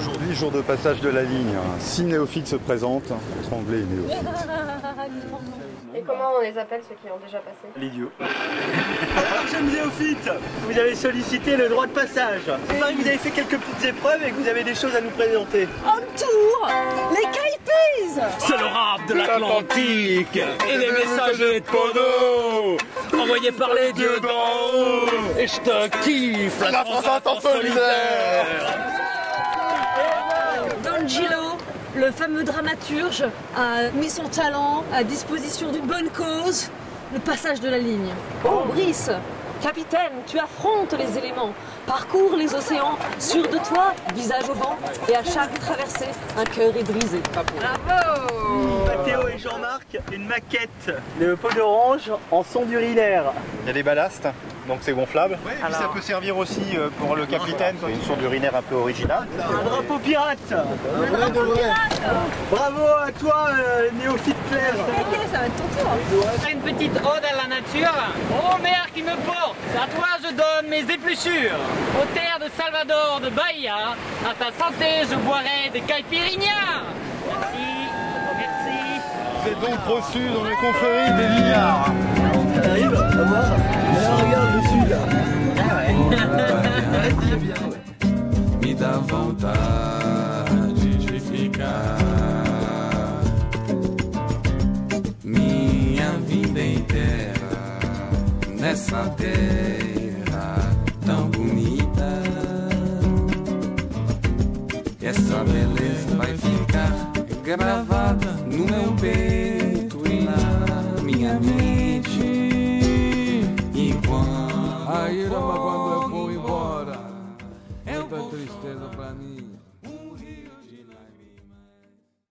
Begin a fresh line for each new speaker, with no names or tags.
Aujourd'hui, jour de passage de la ligne. Six néophytes se présentent. Tremblay est néophyte.
Et comment on les appelle ceux qui ont déjà passé
L'idiot.
Alors, jeunes néophytes, vous avez sollicité le droit de passage. C'est vrai que vous avez fait quelques petites épreuves et que vous avez des choses à nous présenter.
tour les Caipises
C'est le rap de l'Atlantique et les messages de Pono envoyés par les dieux d'en haut. Et je te kiffe la, France en solidaire.
D'Angelo, le fameux dramaturge, a mis son talent à disposition d'une bonne cause, le passage de la ligne. Oh Brice Capitaine, tu affrontes les éléments, parcours les océans, sûr de toi, visage au vent, et à chaque traversée, un cœur est brisé.
Mathéo et Jean-Marc, une maquette. Le pot d'orange en son d'urinaire.
Il y a des ballasts, donc c'est gonflable. Et puis ça
Alors.
peut servir aussi euh, pour le capitaine. C'est une sourde urinaire un peu originale.
Un drapeau pirate. Bravo à toi, euh, néophyte Claire.
hein
Une petite ode à la nature. Ô mère qui me porte, à toi je donne mes épluchures. Aux terres de Salvador, de Bahia, à ta santé je boirai des caipirignards. Merci, merci.
C'est donc reçu dans les confréries des lignards.
T'arrives à voir Là, regarde dessus là.
me dá vontade de ficar. Minha vida inteira nessa terra tão bonita. Essa beleza vai ficar gravada no meu peito e na minha mente. um